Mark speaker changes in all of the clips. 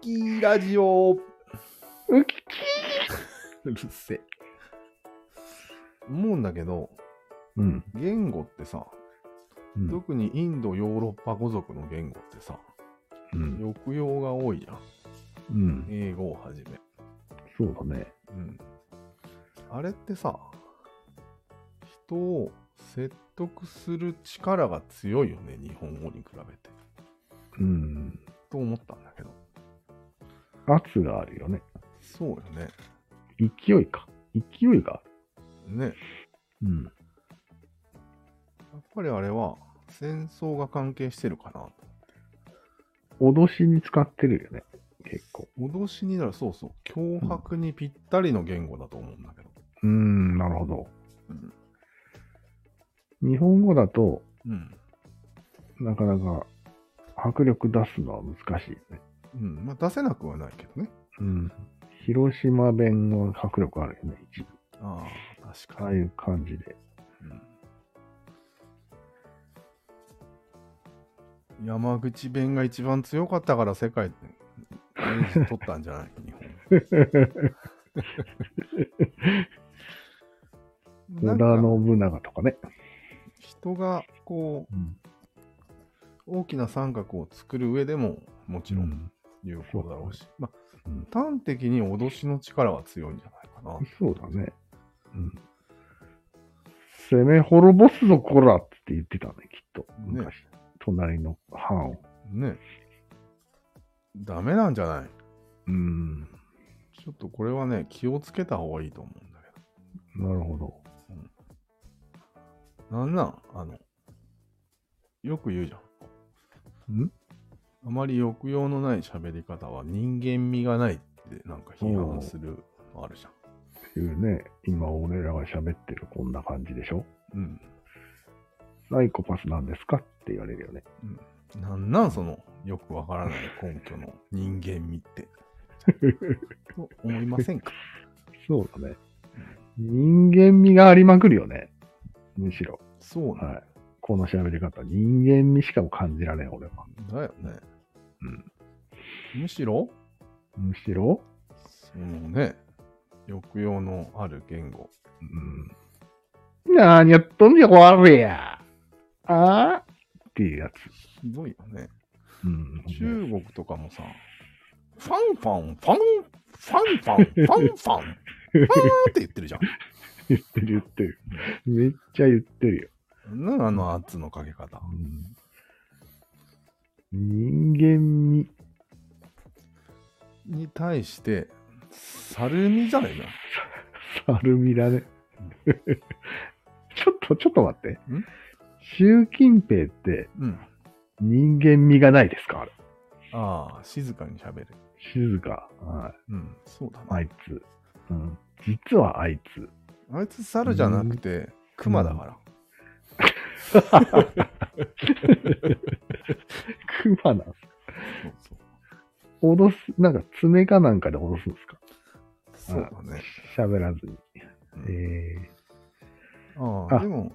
Speaker 1: きーラジオ。
Speaker 2: ウキ
Speaker 1: うるせえ。思うんだけど、
Speaker 2: うん。
Speaker 1: 言語ってさ、
Speaker 2: うん
Speaker 1: 特にインド、ヨーロッパ語族の言語ってさ、
Speaker 2: うん。
Speaker 1: 抑揚が多いじゃん。
Speaker 2: うん。
Speaker 1: 英語をはじめ。
Speaker 2: そうだね。
Speaker 1: うん。あれってさ、人を説得する力が強いよね、日本語に比べて。
Speaker 2: うん。
Speaker 1: と思ったんだけど。
Speaker 2: 圧があるよね。
Speaker 1: そうよね。
Speaker 2: 勢いか。勢いがあ
Speaker 1: ね。
Speaker 2: る。うん。
Speaker 1: やっぱりあれは戦争が関係してるかなと。
Speaker 2: 脅しに使ってるよね。結構。
Speaker 1: 脅しになる、そうそう。脅迫にぴったりの言語だと思うんだけど。
Speaker 2: うーん、なるほど。
Speaker 1: うん。
Speaker 2: 日本語だと、
Speaker 1: うん。
Speaker 2: なかなか迫力出すのは難しいよね。
Speaker 1: うん。まあ出せなくはないけどね。
Speaker 2: うん。広島弁の迫力あるよね。一部
Speaker 1: ああ、確
Speaker 2: あ
Speaker 1: か
Speaker 2: あ
Speaker 1: に。
Speaker 2: いう感じで。
Speaker 1: うん、山口弁が一番強かったから世界って、取ったんじゃない日本。なん
Speaker 2: 織田
Speaker 1: か
Speaker 2: 信長とかね。
Speaker 1: 人がこ
Speaker 2: うん。
Speaker 1: う大きな三角を作る上でももちろん有効だろうし、ま
Speaker 2: うん
Speaker 1: あ、端的に脅しの力は強いんじゃないかな。
Speaker 2: そうだね。うん。攻め滅ぼすぞ、こらって言ってたね、きっと。昔。隣の藩を。
Speaker 1: ね。ダメなんじゃない
Speaker 2: うん。
Speaker 1: ちょっとこれはね、気をつけた方がいいと思うんだけ
Speaker 2: なるほど。
Speaker 1: ど。なんなんあの、よく言うじゃん。
Speaker 2: ん
Speaker 1: あまり抑揚のない喋り方は人間味がないってなんか批判するのあるじゃん。
Speaker 2: いうね、今俺らが喋ってるこんな感じでしょ
Speaker 1: うん。
Speaker 2: サイコパスなんですかって言われるよね。
Speaker 1: なんなんその、よくわからない根拠の人間味 って。と思いませんか
Speaker 2: そうだね。人間味がありまくるよね。むしろ。
Speaker 1: そうなん
Speaker 2: はい。この喋り方、人間味しかも感じられん、俺は。
Speaker 1: だよね。うん。むしろ、
Speaker 2: むしろ、
Speaker 1: そのね、抑揚のある言語。
Speaker 2: うん。なーにやっとんじゃ、これや。あーっていうやつ。
Speaker 1: ひどいよね。
Speaker 2: うん。
Speaker 1: 中国とかもさ、ファンファン、ファン、ファンファン、ファンファン、ファンって言ってるじゃん。
Speaker 2: 言ってる言ってる。めっちゃ言ってるよ。
Speaker 1: なんなんあの圧のかけ方。
Speaker 2: うん、人間味。
Speaker 1: に対して、猿味じゃないな。
Speaker 2: 丸見 だね。ちょっと、ちょっと待って
Speaker 1: ん。
Speaker 2: 習近平って
Speaker 1: うん。
Speaker 2: 人間味がないですかあれ
Speaker 1: ああ、静かに喋る。
Speaker 2: 静か、は
Speaker 1: うん、そうだ
Speaker 2: い。あ
Speaker 1: な。
Speaker 2: いつ、うん。実はあいつ。
Speaker 1: あいつ猿じゃなくて、熊だから。
Speaker 2: クマなんす。
Speaker 1: そうそう。
Speaker 2: 脅す、なんか爪かなんかで脅すんですか
Speaker 1: そうだね。
Speaker 2: 喋らずに。
Speaker 1: うん
Speaker 2: え
Speaker 1: ああ、
Speaker 2: あ
Speaker 1: でも、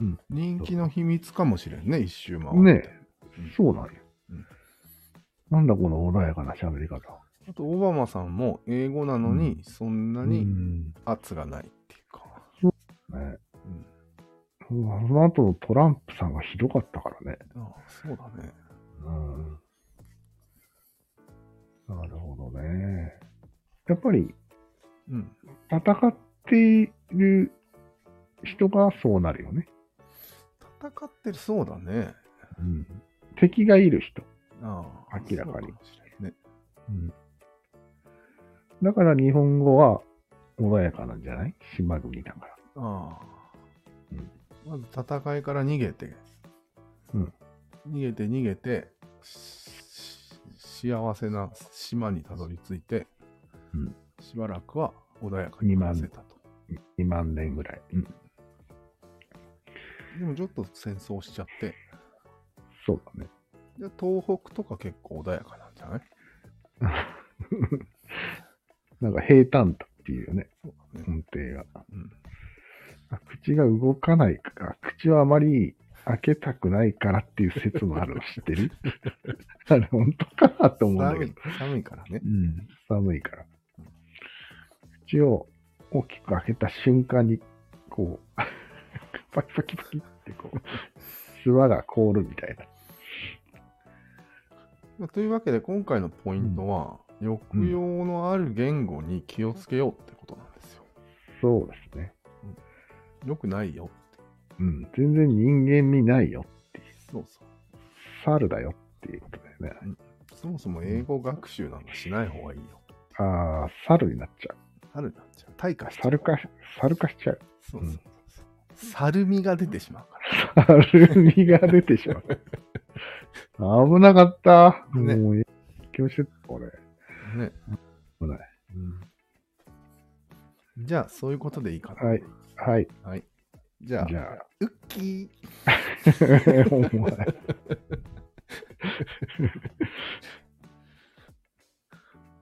Speaker 2: うん
Speaker 1: 人気の秘密かもしれんね、一周回っ
Speaker 2: ー、
Speaker 1: て。
Speaker 2: ねえ
Speaker 1: うん、
Speaker 2: そうなんよ
Speaker 1: うん。
Speaker 2: なんだこの穏やかな喋り方。
Speaker 1: あと、オバマさんも英語なのに、そんな
Speaker 2: う
Speaker 1: に
Speaker 2: ん
Speaker 1: 圧がないっていうか。
Speaker 2: ね。
Speaker 1: うん
Speaker 2: その後のトランプさんがひどかったからね。
Speaker 1: ああそうだね。
Speaker 2: うん。なるほどね。やっぱり
Speaker 1: うん。
Speaker 2: 戦っている人がそうなるよね。
Speaker 1: 戦ってる、そうだね。
Speaker 2: うん。敵がいる人。
Speaker 1: ああ
Speaker 2: 明らかに
Speaker 1: そうもしれんね。
Speaker 2: うん。だから日本語は穏やかなんじゃない島国だから。
Speaker 1: ああ、
Speaker 2: うん
Speaker 1: まず戦いから逃げて、
Speaker 2: うん
Speaker 1: 逃げて逃げて、し幸せな島にたどり着いて、
Speaker 2: うん
Speaker 1: しばらくは穏やかに暮らせたと。
Speaker 2: 2万年ぐらい。うん。
Speaker 1: でもちょっと戦争しちゃって、
Speaker 2: そうだね。
Speaker 1: で東北とか結構穏やかなんじゃない
Speaker 2: なんか平坦だっていうよね。
Speaker 1: そうだね。
Speaker 2: 音程が。
Speaker 1: うん
Speaker 2: あ口が動かないか。口はあまり開けたくないからっていう説も あるの知ってる あれ本当かなって思うんだ
Speaker 1: 寒
Speaker 2: け
Speaker 1: い
Speaker 2: ど。、
Speaker 1: 寒いからね
Speaker 2: う。ん、寒いから。口を大きく開けた瞬間に、こう、 パキパキパキってこう、唾が凍るみたいな。
Speaker 1: まあというわけで、今回のポイントは、抑揚のある言語に気をつけようってことなんですよ。
Speaker 2: そうですね。
Speaker 1: よくないよ。
Speaker 2: うん、全然人間味ないよ。
Speaker 1: そうそう。
Speaker 2: 猿だよっていうことだよね。
Speaker 1: そもそも英語学習なんかしない方がいいよ。
Speaker 2: ああ、猿になっちゃう。
Speaker 1: 猿になっちゃう。退化しちゃう。
Speaker 2: 猿化、猿化しちゃう。
Speaker 1: そうそうそうそう。猿味が出てしまうから。
Speaker 2: 猿味が出てしまう。危なかった。
Speaker 1: ね
Speaker 2: もう、影響してた、これ。
Speaker 1: ね。
Speaker 2: 危ない。
Speaker 1: じゃあ、そういうことでいいかな。
Speaker 2: はい。はい。
Speaker 1: はい。じゃあ、
Speaker 2: じゃ
Speaker 1: ウッキー。
Speaker 2: あ、お前。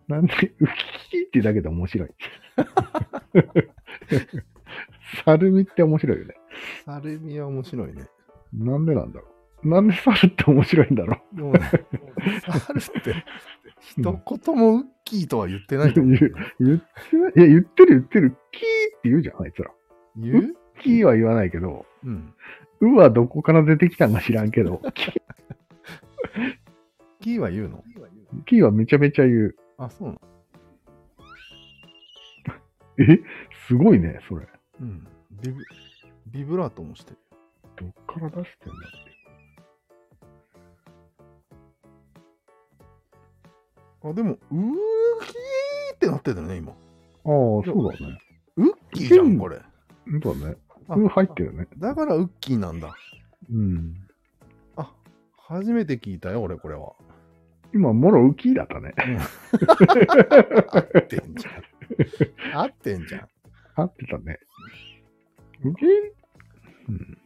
Speaker 2: なんで、ウキキってだけで面白い。猿味って面白いよね。
Speaker 1: 猿味は面白いね。
Speaker 2: なんでなんだろう。なんで猿って面白いんだろ
Speaker 1: でもね、猿って、一言もウッキーとは言ってないと思うよ。
Speaker 2: う。言ってない、いや、言ってる言ってる。キーって言うじゃん、あいつら。
Speaker 1: 言う
Speaker 2: キーは言わないけど、
Speaker 1: うん。
Speaker 2: うはどこから出てきたんか知らんけど、
Speaker 1: キーは言うの
Speaker 2: キーはめちゃめちゃ言う。
Speaker 1: あ、そうなの
Speaker 2: えすごいね、それ。
Speaker 1: うん。ビブビブラートもしてる。
Speaker 2: どっから出してんだっ
Speaker 1: あ、でも、ウーキーってなってたよね、今。
Speaker 2: て。ああ、そうだね。
Speaker 1: ウッキーじゃん、これ。
Speaker 2: そうだね。
Speaker 1: あ
Speaker 2: うん、入ってるね。
Speaker 1: だからウッキーなんだ。
Speaker 2: うん。
Speaker 1: あ、初めて聞いたよ、俺、これは。
Speaker 2: 今、もろウキーだったね。
Speaker 1: 合ってんじゃん。合ってんじゃん。
Speaker 2: 合ってたね。ウキーうん。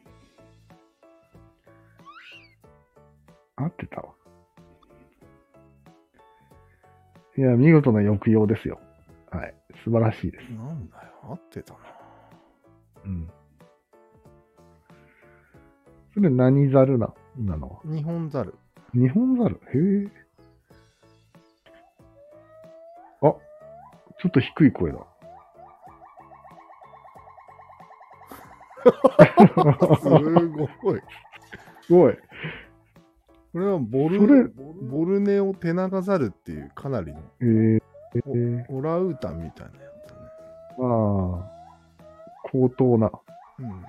Speaker 2: 合ってたわ。いや、見事な抑揚ですよ。はい。素晴らしいです。
Speaker 1: なんだよ、合ってたな。
Speaker 2: うん。それ何ザルな、なのは
Speaker 1: 日本 猿。
Speaker 2: 日本ザルへえ。あ、ちょっと低い声だ。
Speaker 1: すごい。
Speaker 2: すごい。
Speaker 1: これはボ
Speaker 2: それ
Speaker 1: ルボルネオテナガザルっていうかなりの
Speaker 2: えー、え
Speaker 1: オラウータンみたいなやつだね。
Speaker 2: ー、ああ、高等な。
Speaker 1: うん、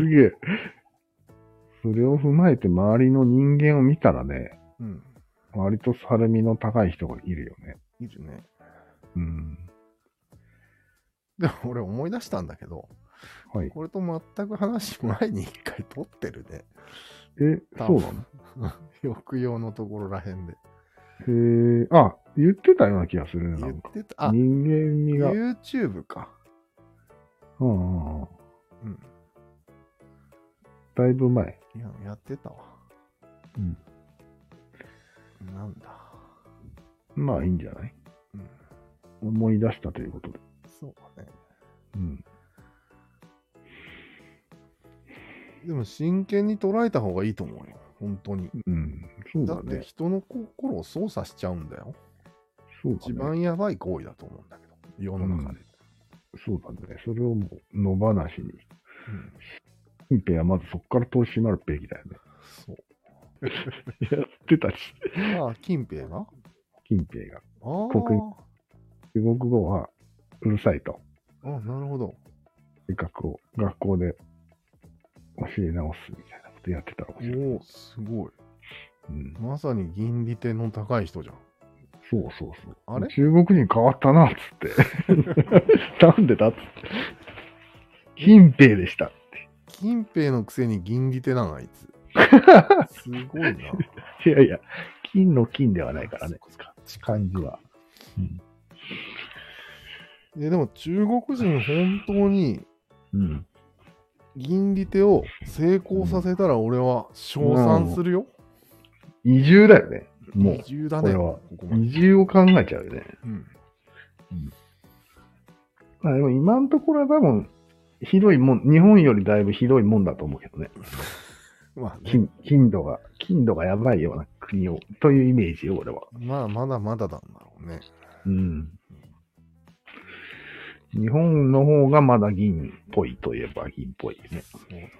Speaker 2: すげえ。それを踏まえて周りの人間を見たらね、
Speaker 1: うん、
Speaker 2: 割と猿みの高い人がいるよね。
Speaker 1: いるね。
Speaker 2: うん。
Speaker 1: でも俺思い出したんだけど、
Speaker 2: はい。
Speaker 1: これと全く話前に一回撮ってるね。
Speaker 2: え、そうなの
Speaker 1: 抑揚のところらへんで。
Speaker 2: へえ、あ、言ってたような気がするね、な
Speaker 1: 言
Speaker 2: んか。
Speaker 1: ってた。あ、
Speaker 2: 人間味が。うん
Speaker 1: YouTube か。
Speaker 2: うんうん。
Speaker 1: うん。
Speaker 2: だいぶ前。
Speaker 1: いや、やってたわ。
Speaker 2: うん。
Speaker 1: なんだ。
Speaker 2: まあいいんじゃない
Speaker 1: うん。
Speaker 2: 思い出したということで。
Speaker 1: そうだね。
Speaker 2: うん。
Speaker 1: でも真剣に捉えた方がいいと思うよ。本当に。
Speaker 2: うん。そう
Speaker 1: だ
Speaker 2: だ
Speaker 1: って
Speaker 2: ね。
Speaker 1: 人の心を操作しちゃうんだよ。
Speaker 2: そう
Speaker 1: 一
Speaker 2: だね。
Speaker 1: 番やばい行為だと思うんだけど、世の中で。
Speaker 2: そうだね。それをもう野放しに。
Speaker 1: うん
Speaker 2: インペはまずそこから投資になるべきだよね。
Speaker 1: そう。
Speaker 2: やってたし。
Speaker 1: ああ、金平 があ
Speaker 2: 金平が。
Speaker 1: あー。
Speaker 2: 国中国語はうるさいと。
Speaker 1: あなるほど。
Speaker 2: 性格を学校で教え直すみたいなことやってたら面白い。
Speaker 1: おお、すごい。
Speaker 2: うん。
Speaker 1: まさに銀利手の高い人じゃん。
Speaker 2: そうそうそう。
Speaker 1: あれ
Speaker 2: 中国人変わったな、つ って。なんでだっつって。金平でした。
Speaker 1: 金平のくせに銀利手なの、あいつ。 すごいな。
Speaker 2: いやいや、金の金ではないからね
Speaker 1: そっか。
Speaker 2: 漢字は。
Speaker 1: ででも中国人本当に
Speaker 2: うん。
Speaker 1: 銀利手を成功させたら俺は称賛するよ。
Speaker 2: 移住だよね。も
Speaker 1: 移
Speaker 2: う、
Speaker 1: 住だ
Speaker 2: こ
Speaker 1: ね。
Speaker 2: れは
Speaker 1: ここまで
Speaker 2: 移住を考えちゃうよね。
Speaker 1: うん
Speaker 2: まあでも今のところは多分、ひどいもん、日本よりだいぶひどいもんだと思うけどね。
Speaker 1: まあね、
Speaker 2: 金頻度が、頻度がやばいような国を、というイメージよ、俺は。
Speaker 1: まあ、まだまだなんだろうね。
Speaker 2: うん。日本の方がまだ銀っぽいといえば銀っぽいね。
Speaker 1: そうだね。